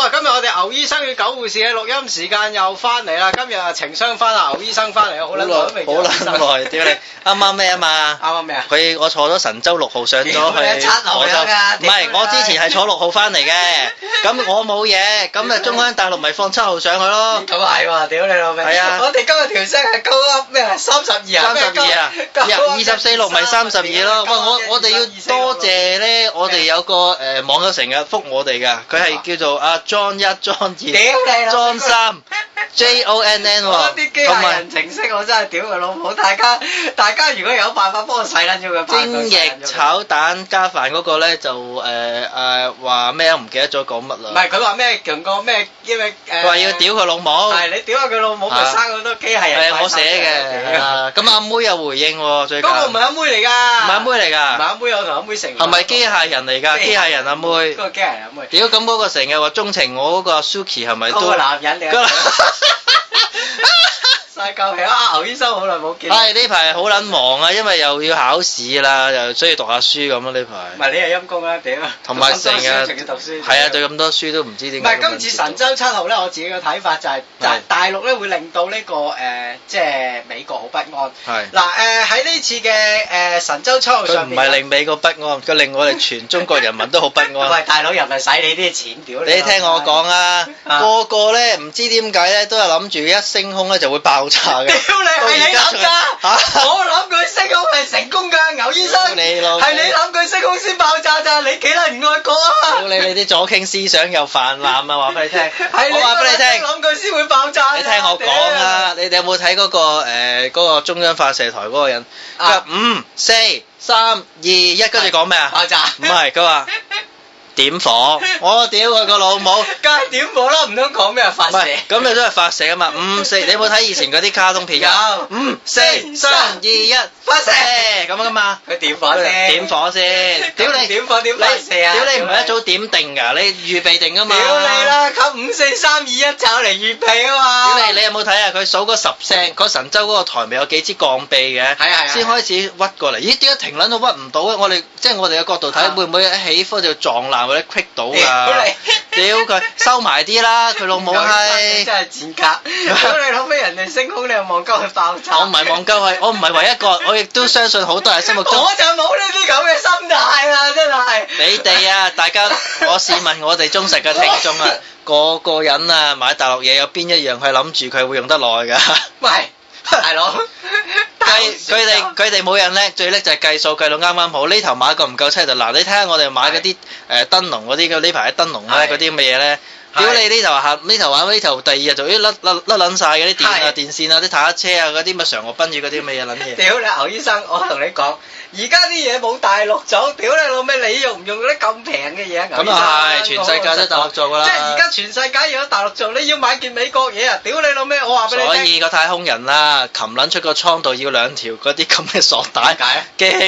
牛醫生與狗護士嘅錄音時間又翻嚟啦！今日啊情商翻啊，牛醫生翻嚟，好好撚耐耐都未見牛醫生好耐，屌你！啱啱咩啊嘛？啱啱咩啊？佢我坐咗神舟六號上咗去屌你一餐牛我油㗎就唔係啊屌我你之前係坐六號翻嚟嘅，咁我冇嘢，咁啊中央大陸咪放七號上去咯。咁係喎，屌你老味！係啊我哋今日條聲係高啊咩啊？三十二啊？三咩十二啊，鳩鳩二十四六咪三啊十二咯。喂，我我哋要多謝咧，我哋有個誒網友成日覆我哋㗎，佢係叫做阿 John 一、John 啊屌你二、啦 John 三、J O N N 我啲機喎，同械埋人程式 我真係屌佢老母！大家大家如果有辦法幫我洗撚咗佢，蒸液翼炒蛋加飯嗰個咧就誒誒話咩啊？唔記得咗講乜唔啦。係佢話咩強過咩因為誒？佢話要屌佢老母。係你屌下佢老母咪啊生好多機械人係我寫快手嘅，係啦咁阿妹有回應喎，嗰最近。個唔係唔阿妹嚟㗎，係阿妹嚟唔係㗎，阿妹，我同阿妹成。係咪機械人嚟㗎？機械人嗰阿妹。個機械人阿妹，屌咁嗰個成日話鍾情我嗰個阿 Suki 係咪嗰都個？男人嚟嗰 啊。個晒夠皮啊！牛醫生好耐冇見。 唉，呢排好撚忙啊，因為又要考試啦，又需要讀下書咁啊呢唔排。係你係陰公啦，屌！同埋成日仲要讀書。係啊，對咁多書都唔知唔點解咁撚接觸。係今次神州七號咧，我自己嘅睇法就係、就係係大陸咧會令到呢、個誒、呃即係美國好不安。係。嗱誒喺呢次嘅誒、呃神州七號佢上唔面係呢，令美國不安，佢令我哋全中國人民 都好不安喂。大佬又唔係使你啲錢屌你聽我講啊，啊個個咧唔知點解咧都係諗住一升空咧就會爆炸 屌嘅。你係你諗咋 到而家？仲我諗佢升空係成功㗎，牛醫生。屌你老味係你諗佢升空先爆炸咋？你幾撚唔愛國啊？屌你！你啲左傾思想又泛濫啊！話俾 你聽， 係我話俾你聽，諗佢先會爆炸咋。你聽我講啊！你哋有冇睇嗰個誒嗰個中央發射台嗰個人？佢啊話五四三二一，跟住講咩屌！啊？爆炸。唔係，佢話點火，我屌佢個老母！梗係點火啦，唔通講咩啊唔發射？係，咁你都係發射啊嘛！五四，你有冇睇以前嗰啲卡通片㗎？有五四三二一，發射咁啊嘛！佢點火先？點 火先？屌你！點火點你發射啊！屌你唔係一早點定㗎，你預備定㗎啊嘛？屌你！啦！冚五四三二一就嚟預備啊嘛！屌你！你有冇睇啊？佢數嗰十聲，嗰神州嗰個台咪有幾支鋼臂嘅？係啊係啊先開始屈過嚟，咦？點解停撚到屈唔到咧？我哋即係我哋嘅角度睇啊，會唔會一起火就撞爛或者棘到㗎？屌你屌佢收埋啲啦！佢老母係閪！ 真係賤格！ 屌你老味，人哋升空你又望鳩佢爆炸！我唔係望鳩佢，我唔係唯一一個，我亦都相信好多人心目中 我。就冇呢啲咁嘅心態啦，真係。你哋啊，大家，我試問我哋忠實嘅聽眾啊，個個人啊買大陸嘢有邊一樣係諗住佢會用得耐㗎？喂，大佬，計佢哋佢哋冇人叻，最叻就係計數計到啱啱好。呢頭買個唔夠七就嗱，你睇下我哋買嗰啲誒燈籠嗰啲，呢排啲燈籠係咧嗰啲咁嘅嘢咧。係屌你呢頭下呢頭玩呢頭，第二日就咦甩甩甩撚晒嗰啲電係啊、電線啊、啲坦克車啊嗰啲咪嫦娥奔住嗰啲咁嘅嘢撚嘢。屌你牛醫生，我同你講，而家啲嘢冇大陸做，屌你老味，你用唔用嗰啲咁平嘅嘢啊？牛醫咁生啊係，全世界都大陸做㗎即係而啦。家全世界有大陸做，你要買件美國嘢啊！屌你老味，我話俾你聽。所以個太空人啦，擒撚出個倉度要兩條嗰啲咁嘅索帶點解啊，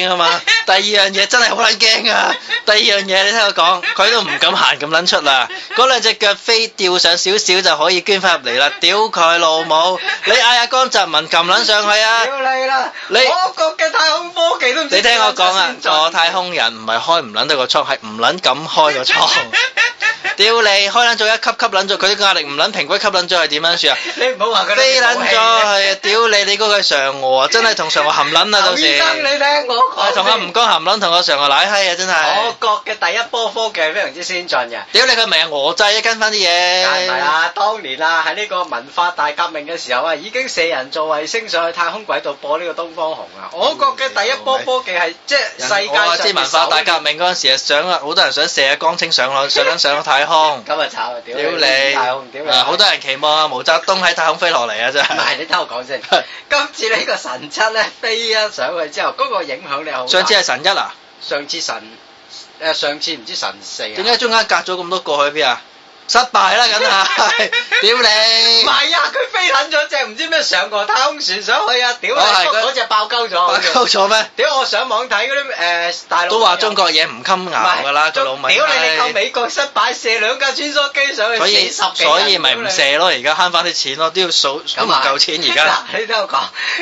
驚 啊嘛！第二樣嘢真係好撚驚啊！第二樣嘢你聽我講，佢都唔敢行咁撚出啦，嗰兩隻腳飛吊上少少就可以捐翻入嚟 啦！屌佢老母！你嗌阿江澤民擒撚上去啊！屌你啦！你我國嘅太空科技都唔知你聽我講啊，點樣坐太空人唔係開唔撚到個倉，係唔撚敢 開個倉。屌你，開撚咗一級級撚咗，佢啲壓力唔撚平均級撚咗係點樣算啊？你唔好話佢飛撚撚咗係啊！屌你，你嗰個嫦娥啊，真係同嫦娥含撚啊！到牛醫時生，你聽我講先。係同阿吳江含撚，同個嫦娥奶閪啊！真我係，國嘅第一波科技係非常之先進嘅。屌你佢咪係俄製啊，跟翻啲梗係唔係嘢。啦，當年啊喺呢個文化大革命嘅時候啊，已經射人造衛星上去太空軌道播呢個東方紅啊！我國嘅第一波科技係即係世人我話界知上文首化大革革命嗰陣時啊，想啊好多人想射啊江青上去上緊上到太空。咁啊慘啊！屌屌太空屌你！你！啊，好多人期望啊毛澤東喺太空飛落嚟啊，真唔係係。你聽我講 先，今次呢個神七咧飛咗上去之後，嗰個影響力好大。上次係神一啊，上次神誒上次唔知神四啊？點解中間隔咗咁多個去邊啊？失敗啦，梗係。屌唔你！係啊，佢飛撚咗隻唔知咩上過太空船上去啊！屌你，哦係佢嗰隻爆鳩爆咗。鳩咗咩？屌我上網睇嗰啲誒大陸都話中國嘢唔襟咬㗎啦，個老米。屌你！你靠美國失敗射兩架穿梭機上去，所以四十幾人所以咪唔。射咯，而家慳翻啲錢咯，都要數屌都唔你咁啊夠錢 而家。嗱，你聽我講，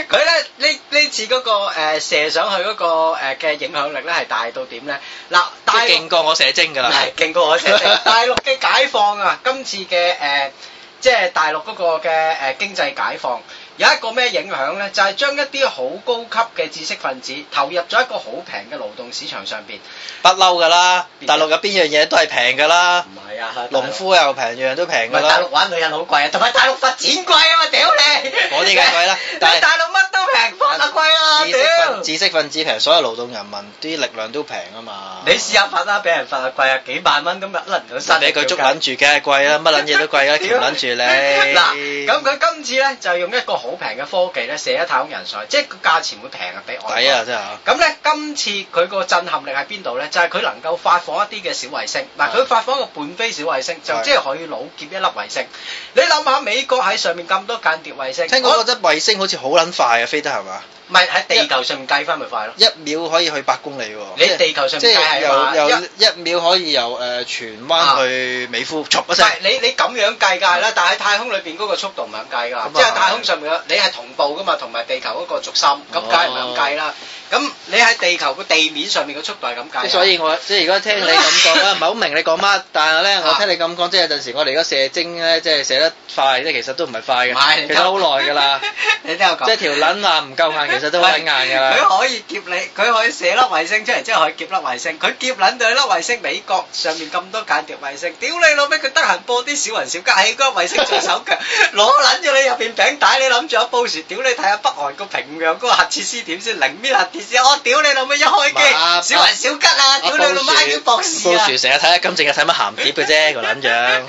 佢咧呢呢次嗰個誒射上去嗰個誒嘅影響力咧係大到點咧？嗱，即大係陸 勁過我射精㗎啦。係勁過我射精，大陸嘅解放況啊，今次嘅誒、呃即係大陸嗰個嘅誒、呃、經濟解放。有一個咩影響呢？就係、將一啲好高級嘅知識分子投入咗一個好平嘅勞動市場上邊。不嬲噶啦，大陸有邊樣嘢都係平噶啦，唔係啊，農夫又平，樣樣都唔平噶係大啦陸。玩女人好貴啊，同埋大陸發展貴啊嘛，屌你！我哋梗 係貴啦你但係大陸乜都平，發啊貴啊，知識分屌！知識分子平，所有勞動人民啲力量都平啊嘛。你試下發啦，俾人發啊貴啊，幾萬蚊咁啊，甩唔到身啊。俾佢捉屌緊撚住，梗係貴啦，乜撚嘢都貴啦，屌鉗撚住你。 嗱，咁佢今次咧就用一個好平嘅科技咧射咗太空人上去，即係個價錢會平啊，比外國抵啊！真係啊，咁咧，今次佢個震撼力喺邊度咧？就係、佢能夠發放一啲嘅小衛星。嗱，係佢發放一個半飛小衛星，就係即係可以老劫一粒衛星。你諗下，美國喺上面咁多間諜衛星，聽講嗰隻衛星好似好撚快啊，飛得係嘛？唔係喺地球上面計翻咪快咯？一秒可以去百公里喎。你即係地球上即面計係係嘛？由一由一秒可以由誒荃灣去美孚，唰唔一聲。係你你咁樣計㗎啦，但係太空裏邊嗰個速度唔係咁計㗎，咁即係啊太空上面嘅你係同步㗎嘛，同埋地球嗰個軸哦心，咁梗係唔係咁計啦。咁你喺地球個地面上面嘅速度係咁計即啊。係所以我即係如果聽你咁講咧，唔係好明你講乜，但係咧我聽你咁講，即係有陣時我哋而家射精咧，即係射得快，即係其實都唔係快唔係嘅，你其實好耐㗎啦， 你聽我講，即係條撚話唔夠硬，其實都好撚硬㗎 啦。佢可以劫你，佢可以射粒衛星出嚟，之後可以劫粒衛星。佢劫撚到粒衛星，美國上面咁多間諜衛星，屌你老味！佢得閒播啲小雲小吉喺嗰個衛星做手 腳，攞撚咗你入邊餅帶，你諗住有報時，屌你睇下北韓個平壤嗰個核設施點先，零邊核設施，我屌你老味一開唔係啊機，小雲小吉啊，屌你老味 I Q 博士報啊！時成日睇下金正日睇乜鹹碟嘅啫，個撚樣。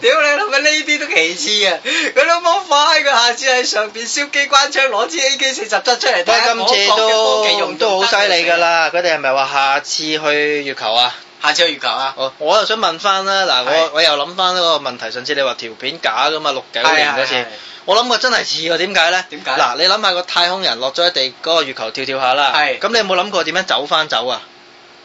屌你老味呢啲都其次啊！佢老母快，佢下次喺上邊燒機關槍，攞支 AK 四十七出 嚟睇不過下今我次國嘅科技都用都好犀利㗎！啦，佢哋係咪話下次去月球啊？下次去月球啊！我哦我又想問翻啦，係嗱，我我又諗翻嗰個問題，上次你話條片假噶嘛，六九年係嗰係次係，我諗過真係似喎，點解咧？點解嗱，你諗下個太空人落咗喺地嗰個月球跳跳下啦，係咁你有冇諗過點樣走翻走啊？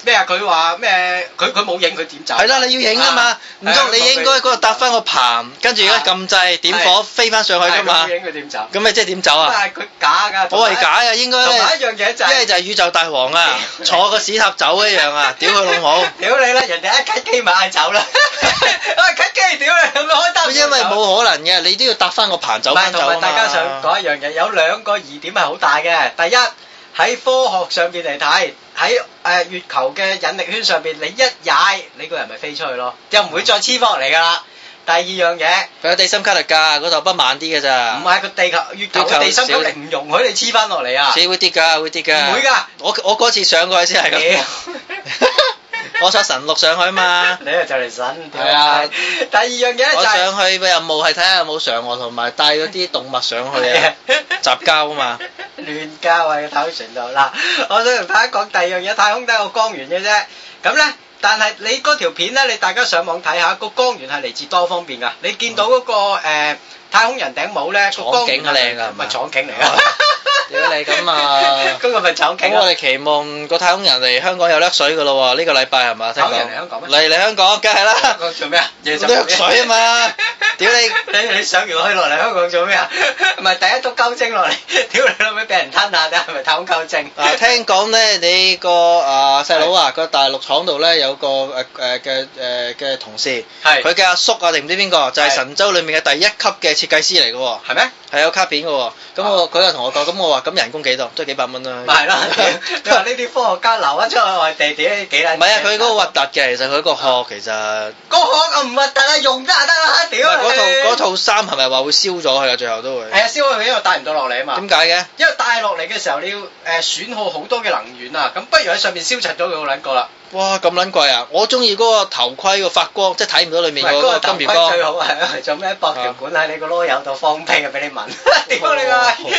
咩啊？佢話咩？佢佢冇影，佢點走？係啦，你要影啊嘛，唔通你應該嗰度搭翻個棚，跟住而家撳掣點火啊係飛翻上去㗎嘛佢？影佢點走？咁你即係點走咁啊？但係佢假㗎，同我埋係假嘅，應該同埋咧，一樣嘢一就係係。就係宇宙大王 啊，坐個屎塔走一樣啊，屌佢老母！屌你啦！人哋一 cut 機咪嗌走啦， 我 cut 機屌你，咪開燈。因為冇可能嘅，你都要搭翻個棚走唔係翻走同啊埋嘛大家想講一樣嘢，有兩個疑點係好大嘅。第一喺科學上邊嚟睇，喺誒月球嘅引力圈上邊，你一踩你個人咪飛出去咯，又唔會再黐翻落嚟㗎啦。第二樣嘢。佢有地心吸力㗎，嗰度不慢啲嘅咋唔。係個地球月球嘅地心吸力唔容許你黐翻落嚟啊！死會跌㗎，會跌㗎。唔會㗎我我嗰次上過去先係 咁屌。 我坐神六上去嘛。你又就嚟神，係啊第二樣嘢咧就我係上去嘅任務係睇下有冇嫦娥同埋帶咗啲動物上 去啊，雜交啊嘛。亂交啊！個太空船度嗱，我想同大家講第二樣嘢，太空都係個光源嘅啫。咁咧，但係你嗰條片咧，你大家上網睇下，個光源係嚟自多方面㗎。你見到嗰個誒太空人頂帽咧，個光源廠景靚㗎係嘛咪廠景嚟㗎？屌你 咁啊嗰個咪廠景咁我咯。哋期望個太空人嚟香港有掠水㗎咯喎，呢個禮拜係嘛？聽講太空人嚟香港咩嚟嚟香港，梗係啦。講做咩啊？掠水 啊嘛！屌你！你你上完去落嚟香港做咩啊？唔係第一督鳩精落嚟， 屌你老味俾人吞下，睇下係咪太空鳩精？嗱，啊聽講咧，你個啊細佬啊，個大陸廠度咧有個誒誒嘅誒嘅同事，係佢嘅阿叔啊定唔知邊個，就係係神州裡面嘅第一級嘅設計師嚟嘅喎，係咩？係有卡片嘅喎。咁我佢又同我講，咁我話咁人工幾多？即係幾百蚊啦。啊咪係咯， 你話呢啲科學家流咗出去外地，屌幾撚？ 唔係啊，佢嗰個核突嘅，其實佢個啊殼其實，個殼啊唔核突啊，用得就得啦，唔屌係你！嗰套嗰套衫係咪話會燒咗佢啊？最後都會係啊，燒咗佢因為帶唔到落嚟啊嘛點。解嘅？因為帶落嚟嘅時候，你要誒損耗好多嘅能源啊，咁不如喺上面燒柒咗佢好撚過啦。哇，咁撚貴啊！我中意嗰個頭盔個發光，即係睇唔到裡唔面係嗰個嗰個頭金盔魚缸最。好係因為做咩駁條管喺你個啰柚度放屁啊，俾你聞，屌你個！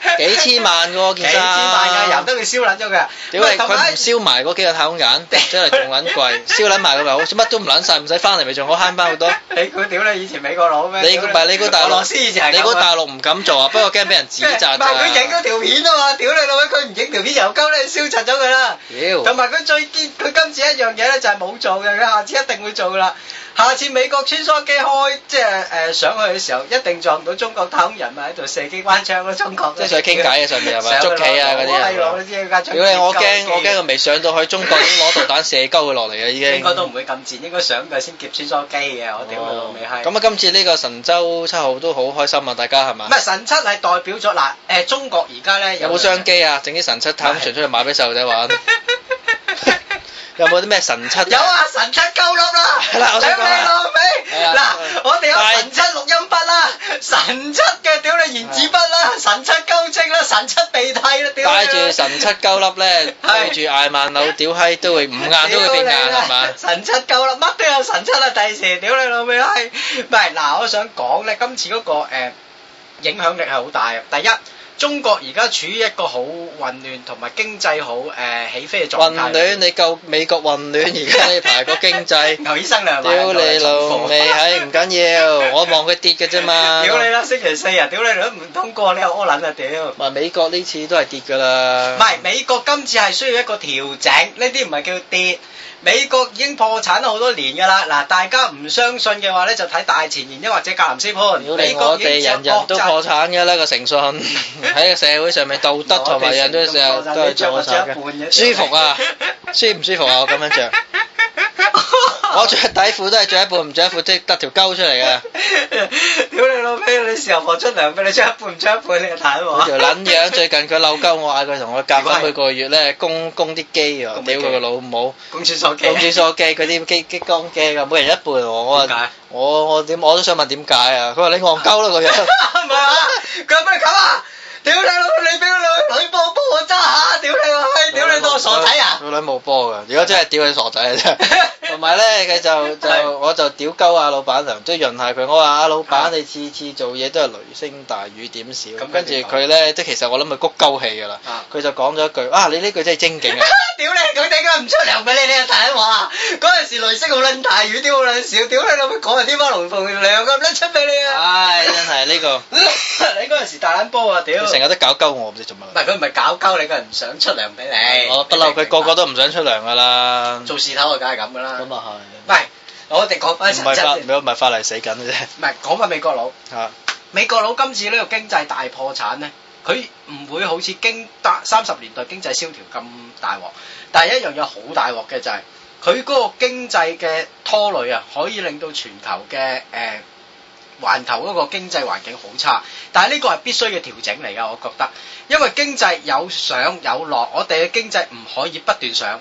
幾千萬喎件衫幾千萬㗎，由得佢燒撚咗佢。 屌你，喂佢同唔埋燒埋嗰幾個太空人，真係仲撚貴，燒撚埋佢咪好，乜都唔撚晒，唔使翻嚟咪仲好慳翻好多。你估哎屌你以前美國佬咩？你估唔係你估大俄羅斯以前係咁陸，你啊估大陸唔敢做啊？不過驚俾人指責咋。唔係佢影咗條片啊嘛，屌你老味，佢唔影條片又鳩你燒柒咗佢啦。屌同埋佢最堅，佢今次一樣嘢咧就係冇做嘅，佢下次一定會做噶啦。下次美國穿梭機開即係誒上去嘅時候，一定撞到中國太空人咪喺度射機關槍咯，中國即係上去傾偈啊上面係咪捉棋啊嗰啲啊係咯，你知架槍屌你，我結驚構我機驚佢未上到去中國已經攞導彈射鳩佢落嚟啦已經。應該都唔會咁賤，應該上佢先劫穿梭機嘅，我屌佢老味係。咁啊，今次呢個神州七號都好開心啊，大家係嘛唔？係神七係代表咗嗱誒中國而家咧有冇商機啊？整啲神七太空船出去賣俾細路仔玩？有冇啲咩神七？ 有啊，神七鳩粒啦，係啦我想講啊你老味係啊嗱，我哋但係有神七錄音筆啦，神七嘅屌你原子筆啦，神七鳩精啦，神七鼻涕啦，屌帶你住神七鳩粒咧，對係住艾曼柳屌閪都會五眼都會變硬係嘛？神七夠啦，乜都有神七啦，第時屌你老味閪！唔係嗱，我想講咧，今次嗰、個、呃、影響力係好大嘅。第一，中國而家處於一個好混亂同埋經濟好誒、呃起飛嘅狀混態。亂，你夠美國混亂而家呢排個 經濟，牛醫生你係咪屌你老味，係唔緊要，我望佢跌嘅啫嘛。 屌你啦！星期四啊，屌你都唔通過，你又屙撚啊屌！話美國呢次都係跌㗎啦。唔係美國今次係需要一個調整，呢啲唔係叫跌。美國已經破產咗好多年㗎啦，嗱，大家唔相信嘅話咧，就睇大前研一或者格林斯潘。屌美你！國我已經哋人有人國都際 破產㗎啦，個誠信喺個社會上面道德同埋人都成日都係做手嘅，舒服啊！舒唔舒服啊？我咁樣着，我着底褲都係着一半，唔着一褲即係得條鳩出嚟嘅，屌你老味！你時候破出糧俾你出一半唔出一半，你就睇嗰條喎。撚樣。最近佢漏鳩我，嗌佢同我夾翻每個月咧供供啲機啊！供咩機屌佢個老母， 公廁所供機廁。所機嗰啲機激光機啊，每人一半喎我點話解我我點我都想問點解啊？佢話你戇鳩啦 個樣。唔係啊！佢話咩咁啊？屌你老味！你俾個女女波幫我揸下，屌你老味！ 屌你當我傻仔啊！佢女冇波㗎，如果真係屌佢傻仔啊 真係。同埋咧，佢就就係我就屌鳩啊老闆娘，即係潤下佢。我話啊老闆，你次次做嘢都係雷聲大雨點少。咁跟住佢咧，即係其實我諗佢谷鳩氣㗎啦啊。佢就講咗一句：啊，你呢句真係精 警啊！屌你，佢點解唔出糧俾你？你又睇話嗰陣時雷聲好撚大，雨點好撚少，屌你老味講人天花龍鳳兩咁撚出俾你啊！唉，真係 呢個你嗰陣時大撚波啊，屌！佢成唔日都搞鳩我，唔知做乜。係佢唔係搞鳩你，佢係唔想出糧俾你。我不嬲，佢個個都唔想出糧㗎啦。做事頭啊，梗係咁噶啦。咁啊唔係，我哋講翻係，神唔係七法先，唔係法例死緊嘅啫唔係講翻美國佬。嚇。美國佬今次呢個經濟大破產咧，佢唔會好似經大三十年代經濟蕭條咁大鑊，但係一樣有好大鑊嘅就係佢嗰個經濟嘅拖累啊，可以令到全球嘅誒環球嗰個經濟環境好差，但係呢個係必須嘅調整嚟㗎，我覺得，因為經濟有上有落，我哋嘅經濟唔可以不斷上，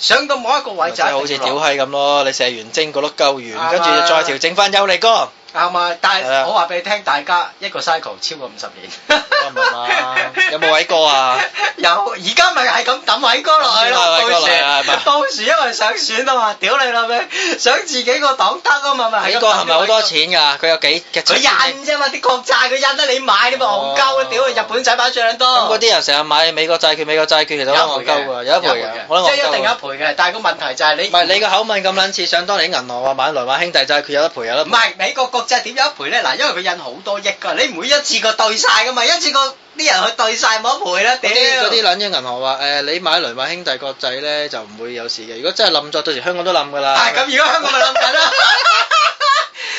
上到某一個位啊即就係係啊好似屌閪咁咯，你射完精嗰碌鳩啱啊完，跟住就再調整翻優利哥。啱啊！但係啊係我話俾你聽，大家一個 cycle 超過五十年，唔係嘛有冇偉哥啊？ 有，而家咪係咁抌偉哥落去咯，抌偉哥到落去啊係咪時到時因為想選啊嘛，屌你啦咩，想自己個黨得啊嘛，咪美係咁國抌係咪好多？錢㗎？佢有幾嘅佢印啫嘛，啲國債佢印得你買，你咪戇鳩哦啊！屌啊，日本仔版最撚多。咁嗰啲人成日買美國債券、美國債券，其實好戇鳩㗎，有一倍㗎，可能即係一戇定有一鳩賠㗎。嘅。但係個問題就係你唔係你個口吻咁撚似，想當年銀行話買來買兄弟債券有得賠有得唔賠。係美國國債點有一賠咧？嗱，因為佢印好多億㗎，你唔會一次過對晒㗎嘛，一次過啲人去對晒冇得賠啦，嗰屌！啲嗰啲撚嘢銀行話誒，你買雷買兄弟國際咧就唔會有事嘅。如果真係冧咗，到時香港都冧㗎啦。係咁，而家香港咪冧緊 啦。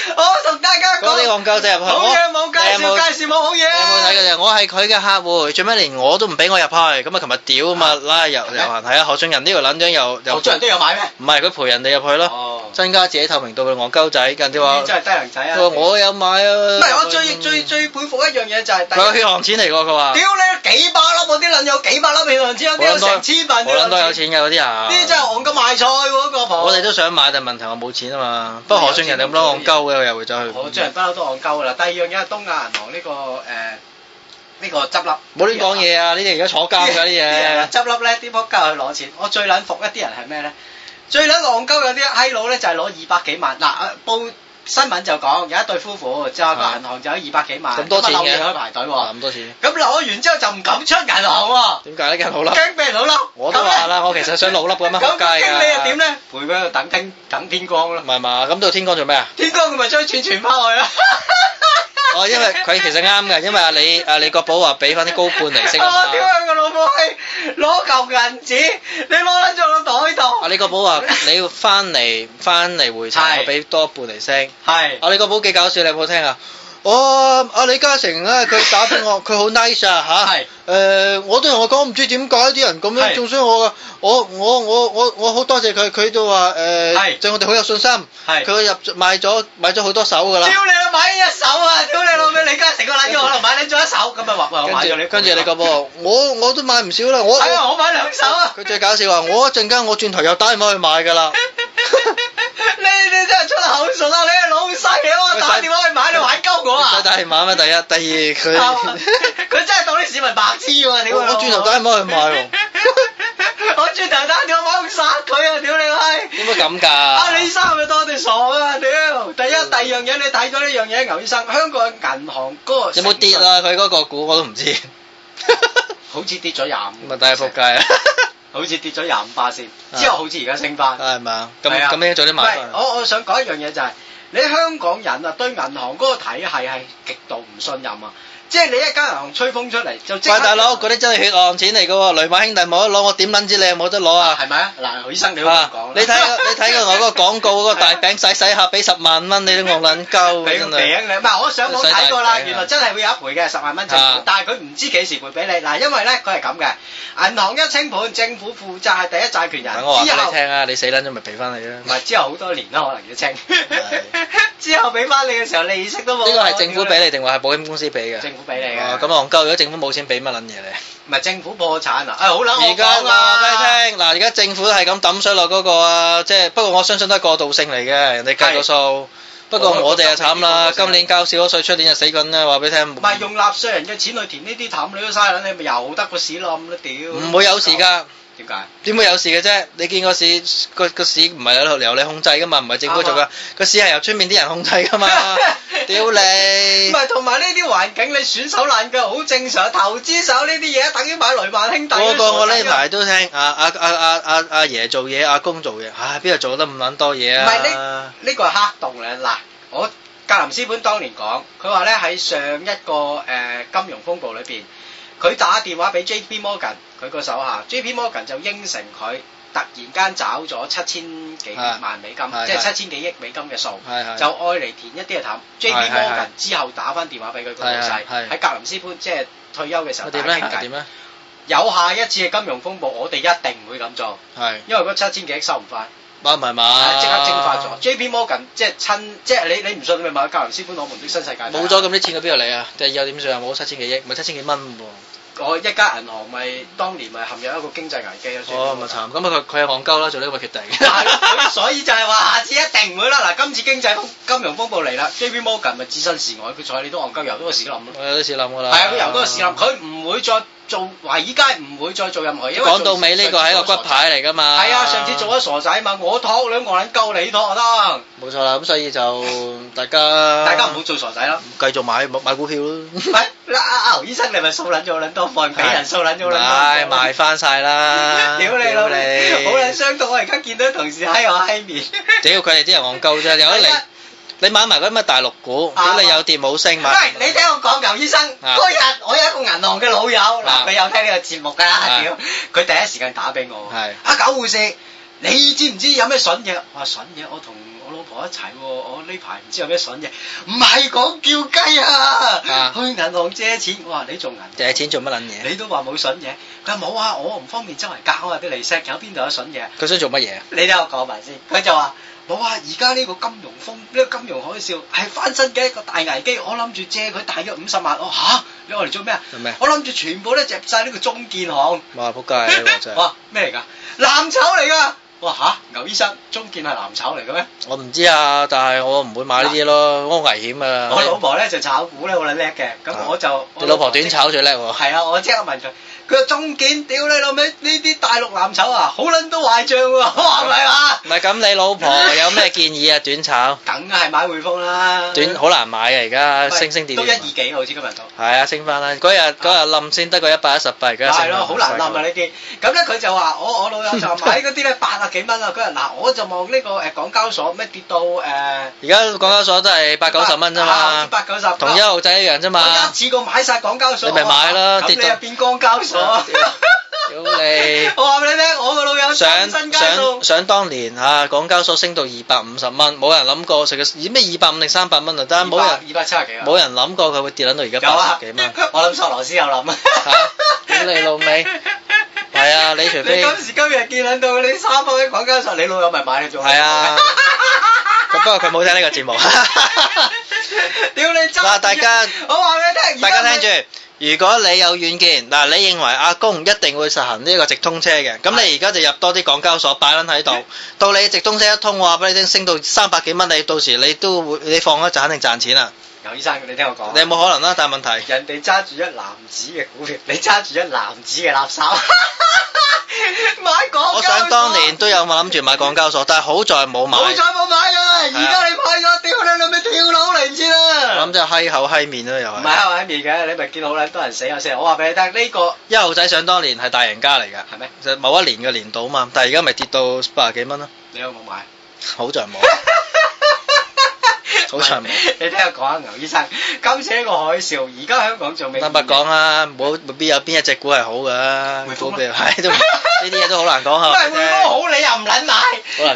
我同大家嗰講，啲戇鳩仔入去，好我嘢冇介你有冇紹，介紹冇好嘢。你有冇睇佢哋？我係佢嘅客户，最尾連我都唔俾我入去，咁啊，琴日屌啊嘛，拉遊遊行係啊，何俊仁呢個撚樣又又投資人都有買咩？唔係佢陪人哋入去咯，哦，增加自己透明度嘅戇鳩仔，人哋話呢啲真係低能仔啊！佢話我有買啊，唔唔係我最最最佩服一樣嘢就係佢有第一，血汗錢嚟㗎，佢話屌你幾百粒，我啲撚有幾百粒血汗錢，有啲有成千我萬撚多有錢。錢㗎嗰啲呢人啲，真係戇鳩賣菜喎，個婆。我哋都想買，但係問題我冇錢啊嘛。不過何俊仁有咁多戇鳩嘅，佢又會走去，我最人不嬲都戇鳩噶啦。第二樣嘢係東亞銀行呢個誒呢個執笠。冇亂講嘢啊！呢啲而家坐監㗎啲嘢，執笠咧，啲啊仆街去攞錢。我最撚服一啲人係咩咧？最撚戇鳩有啲閪佬咧，就係攞二百幾萬。嗱，報新聞就講有一對夫婦，就話個銀行就有二百幾萬，咁多錢咁啊漏嘅夜去排隊喎。咁多錢，咁攞完之後就唔敢出銀行喎，點解呢？梗係好啦，驚俾人老笠。我都話啦，我其實想老笠咁樣咁咁撲街經理又點㗎。咧？陪佢喺度等天等天光咯唔。係嘛？咁到天光做咩啊？天光佢咪將錢 傳翻去咯。 哦，因為佢其實啱嘅，因為阿李阿李國寶話俾翻啲高半嚟升啊我嘛屌。佢個老你老母閪，攞嚿銀紙，你攞撚咗個袋度。阿李國寶話：你翻嚟翻嚟回程，係我俾多半厘聲。係。阿李國寶幾搞笑，你有冇聽啊？哦，阿李嘉誠咧，佢打俾 我，佢好 nice 啊吓，係誒、我都同我講唔知點解啲人咁樣係中傷我㗎，我我我我我好多謝佢，佢都話誒，係對我哋好有信心，係佢入買咗買咗好多手㗎啦。 屌你老味，一手啊，屌你老味，李嘉誠個撚樣可能買撚咗一手，咁咪話，喂，我買咗你一個。跟住你個 噃，我我都買唔少啦，我我係啊，我買兩手啊。佢 最搞笑話，我一陣間我轉頭又打電話去買㗎啦。你-你真係出口術啊，你係老細嚟啊，喂，打電話去買，你玩鳩我啊？唔使打電話咩？第一， 第 二佢。佢真係當啲市民白痴喎，屌你老母。我我轉頭打電話去 買喎，哎我轉頭打電話去殺佢啊，屌你閪。點解咁㗎？啊！李生係咪當我哋傻啊？屌！第嗯一、第二樣嘢，你睇咗呢樣嘢，牛醫生，香港嘅銀行嗰個有冇跌成啊？佢嗰個股我都唔知，分？ 好似跌咗廿五，咪大仆街啊！ 好似跌咗廿五巴先，之後好似而家升翻。係咪啊？咁係啊咁應該早啲唔係買翻，啦。我我想講一樣嘢就係，你香港人啊對銀行嗰個體系係極度唔信任啊！即係你一間銀行吹風出嚟就即刻啊喂，大佬，嗰啲真係血汗錢嚟嘅喎，雷馬兄弟冇得攞，我點撚知你有冇得攞啊？係咪啊？嗱，牛醫 生你都咁啊講，你睇過你睇過我嗰個廣告嗰個大餅洗洗下俾十萬蚊，你都戇撚鳩俾真個係。餅你，唔係我上網睇過啦，使大餅啊原來真係會有一倍嘅十萬蚊政啊府，但係佢唔知幾時會俾你嗱，因為咧佢係咁嘅，銀行一清盤，政府負責係第一債權人，等我話之俾你後聽啊，你死撚咗咪俾翻你啦。唔係之後好多年啦，可能要 清，之後俾翻你嘅時候利息都冇，呢個係政府俾你定話係保險公司俾嘅？政府俾你嘅哦咁戇鳩，如果政府冇錢俾乜撚嘢唔你？係政府破產啊，啊好啦，而我家講啦，話俾你聽，嗱，而家政府都係咁抌水落嗰個啊，即係不過我相信都係過渡性嚟嘅，人哋計個數。不過我哋就慘啦，今年交少咗税，出年就死緊啦，話俾你聽。唔係用納税人嘅錢去填呢啲氹你都嘥撚，你咪由得個屎冧啦屌，唔會有事，㗎，點解？點會有事嘅啫？你見個市個個市唔係由你控制㗎嘛，唔係政府做啱㗎啊，個市係由出面啲人控制㗎嘛。 屌你唔！係，同埋呢啲環境你損手爛腳好正常，投資手呢啲嘢等於買雷曼兄弟。個個我呢排都聽啊阿阿阿阿阿阿啊爺做嘢，阿公做嘢，唉，邊度做得咁撚多嘢唔啊？係呢呢個係黑洞嚟嗱，我格林斯本當年講，佢話咧喺上一個誒、呃金融風暴裏邊，佢打電話俾 J.P. Morgan 佢個手下，J.P. Morgan 就應承佢突然間找咗七千幾萬美金係，即係係七千幾億美金嘅數。係係就愛嚟填一啲嘅氹係，J.P. 係 Morgan 之後打翻電話俾佢個老係細，係係喺格林斯潘即係退休嘅時候我大點家咧？傾偈點。咧？有下一次嘅金融風暴，我哋一定唔會咁做，係。因為嗰七千幾億收唔翻，買唔係買？啊即刻蒸發咗。J.P. Morgan 即係親，即係你你唔信，你咪買格林斯潘攞門的新世界。冇咗，咁啲錢去邊度嚟啊？第二又點算啊？冇七千幾億，咪七千幾蚊喎。我一家銀行咪當年咪陷入一個經濟危機咯。J.P. 哦，咪 Morgan 慘！咁啊，佢佢係戇鳩啦，做呢個決定。係咁所以就係話下次一定唔會啦。嗱，今次經濟風金融風暴嚟啦，J.P. Morgan 咪置身事外，佢坐喺你都戇鳩，由到個屎冧咯。 我有啲事諗㗎啦。係啊，佢由到個屎冧，佢唔會再做華爾街，唔會再做任何嘢。因為 講到尾呢個係一個骨牌嚟㗎嘛。係啊，上次做咗傻仔嘛，我托你，我撚鳩你托得，冇錯啦，咁所 以就大家大家唔好做傻仔啦。繼續買買股票咯。唔係，嗱阿牛醫生你咪掃撚咗撚多份，俾人掃撚咗撚多份。唉，賣翻晒 啦！屌你老味，好撚傷到我而家見到啲同事閪我閪面。屌佢哋啲人戇鳩啫，有得嚟你買埋嗰啲咩大陸股，屌你有跌冇升買喂，。你聽我講，牛醫生啊嗰日我有一個銀行嘅老友，啊嗱佢有聽呢個節目啊㗎，屌佢第一時間打俾我，係啊九護士，你知唔知有咩筍嘢？我話筍嘢，我同我老婆一齊喎，我呢排唔知有咩筍嘢，唔係講叫雞啊啊，去銀行借錢，我話你做銀行借錢做乜撚嘢？你都話冇筍嘢，佢話冇啊，我唔方便周圍搞啊啲利息，有邊度有筍嘢？佢想做乜 嘢？你聽我講埋先，佢就話冇啊！而家呢個金融風，呢、個金融海嘯係翻身嘅一個大危機，我諗住借佢大約五十萬，我嚇你攞嚟做咩啊做咩？我諗住全部都入晒呢個中建行，哇！仆街你話 真係。哇咩嚟㗎？藍籌嚟㗎！哇嚇！牛醫生，中建係藍籌嚟嘅咩？我唔知啊，但係我唔會買呢啲咯，好危險啊！我老婆咧就炒股咧好撚叻嘅，咁啊我就你老婆短。炒最叻喎，係啊，我即刻問佢，佢話中建屌你老味，呢啲大陸藍籌啊，好撚多壞帳喎， 我話唔係嘛？唔係咁你老婆有咩建議啊？ 短炒梗係買匯豐啦，短好難買啊，而家喂升升跌都一二跌。幾好似今日都。係啊，升翻啦！嗰日嗰日冧先得個一百一十八，而家係升咯，好難冧啊呢啲。咁咧佢就話：我我老友 就話買嗰啲咧八啊幾蚊啊。佢話嗱，我就望呢個誒港交所咩跌到誒而家港交所都係八九十蚊啫啊嘛，八九十。同一號仔一樣啫嘛我。一次過買晒港交所。你咪買啦咁跌你到 又變光交我。屌你！ 我話俾你聽，我個老友想身家數想想當年啊，港交所升到二百五十蚊，冇人諗過食嘅咩二百五定三百蚊就得，冇人二百七十幾啊。冇人諗過佢會跌撚到而家有八啊十幾蚊。， 我諗索羅斯有諗啊。嚇屌你老味係啊你除非 你今時今日見撚到你三百蚊港交所，你老友咪買你做。係啊，咁不過佢冇聽呢個 節 目。屌你真！嗱大家 我話俾你聽，大而家家聽住。如果你有遠見，嗱，你認為阿公一定會實行呢個直通車嘅，咁你而家就入多啲港交所擺撚 喺度，到你直通車一通，我話俾你聽，升到三百幾蚊，你到時你都會你放咗就肯定賺錢啦，牛醫生，你聽我講。你有冇可能啦？但係問題。人哋揸住一籃子嘅股票，你揸住一籃子嘅垃圾，買港交我想當年都有諗住買港交所，但係好在冇買。好彩冇買啊！而係啊家你派咗，屌你老味跳樓嚟先我諗啊！真係閪口閪面咯，又唔係係。喺面嘅，你咪見好撚多人死啊！先，我話俾你聽，呢個一號仔想當年係大贏家嚟㗎，係咩？就某一年嘅年度啊嘛，但係而家咪跌到八十幾蚊咯，你有冇買？好在冇。 好長長命你聽我講啊，牛醫生，今次呢個海嘯，而家香港仲未坦白講啊，冇冇邊有邊一隻股係好㗎？匯豐股咯票係都唔呢啲嘢都好難講唔係嚇。匯豐好你又唔撚買，難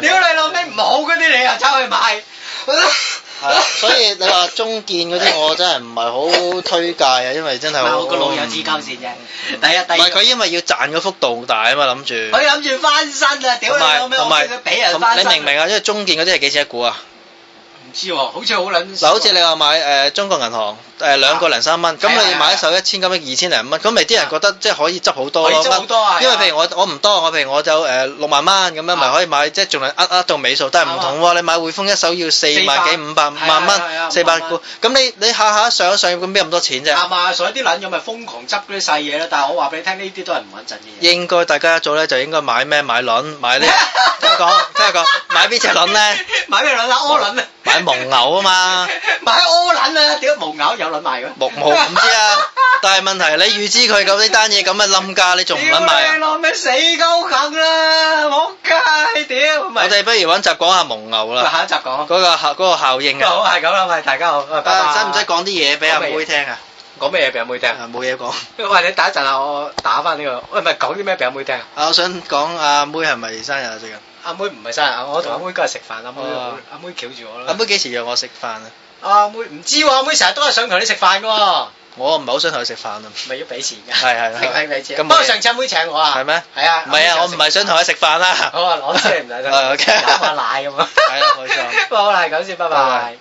屌你老味唔好嗰啲你又走去買，係啊所以你話中建嗰啲我真係唔係好推介啊，因為真係唔係好我個腦有支鳩線啫。第一第唔係佢二，因為要賺嗰幅度大啊嘛，諗住。佢諗住翻身啊！屌同你埋老味，同我埋見佢俾人同翻你身。明唔明啊？因為中建嗰啲係幾錢一股啊？唔知喎，好似好撚嗱，好似你話買誒、呃中國銀行誒兩個零三蚊，咁係啊你買一手一千，咁樣二千零蚊，咁咪啲人覺得即係可以執好多可以咯。執好多啊係啊因為譬如我我唔多，我譬如我就誒六萬蚊咁樣，咪啊可以買，即係仲係呃呃到尾數。但係唔同喎，你買匯豐一手要四萬幾五百400萬係啊係啊蚊，四百500股，咁你你下下上一上咁邊有咁多錢啫？啱啊！所以啲撚友咪瘋狂執嗰啲細嘢啦。但係我話俾你聽，呢啲都係唔穩陣嘅嘢。應該大家一早咧就應該買咩買輪買呢？聽我講，聽我講，買邊只輪咧？買咩撚啊？柯撚啊！買蒙牛啊嘛。買柯撚啊！屌無牛有撚賣嘅咩？木冇唔知啊，但係問題你預知佢咁呢單嘢咁嘅冧價，你仲唔撚屌買你啊？老味死鳩梗啦！我街屌，唔我係哋不如揾集講下蒙牛啦，下一集講嗰。個效嗰個效應啊，好係咁啦，喂大家好，喂拜拜啊使唔使講啲嘢俾阿妹聽啊？講咩嘢俾阿妹聽？啊冇嘢講，喂，你打一陣啊，我打翻呢個。喂，唔係講啲咩俾阿妹聽啊？啊我想講阿妹係咪生日啊最近？阿妹唔係生日啊，我同阿妹嗰日食飯，阿妹哦阿妹翹住我阿啦。妹幾時約我食飯啊？阿妹唔知喎，阿妹成日都係想同你食飯嘅喎，我唔係好想同佢食飯啊，咪要俾錢㗎。係係係係係俾錢。咁不過冇嘢上次阿妹請我啊。係咩？係啊。唔係啊，我唔係想同佢食飯啦。Ờ, 好啊，攞車唔使得，啊，OK 飲下奶咁啊。係啊冇錯好啦，係咁先，拜拜拜拜。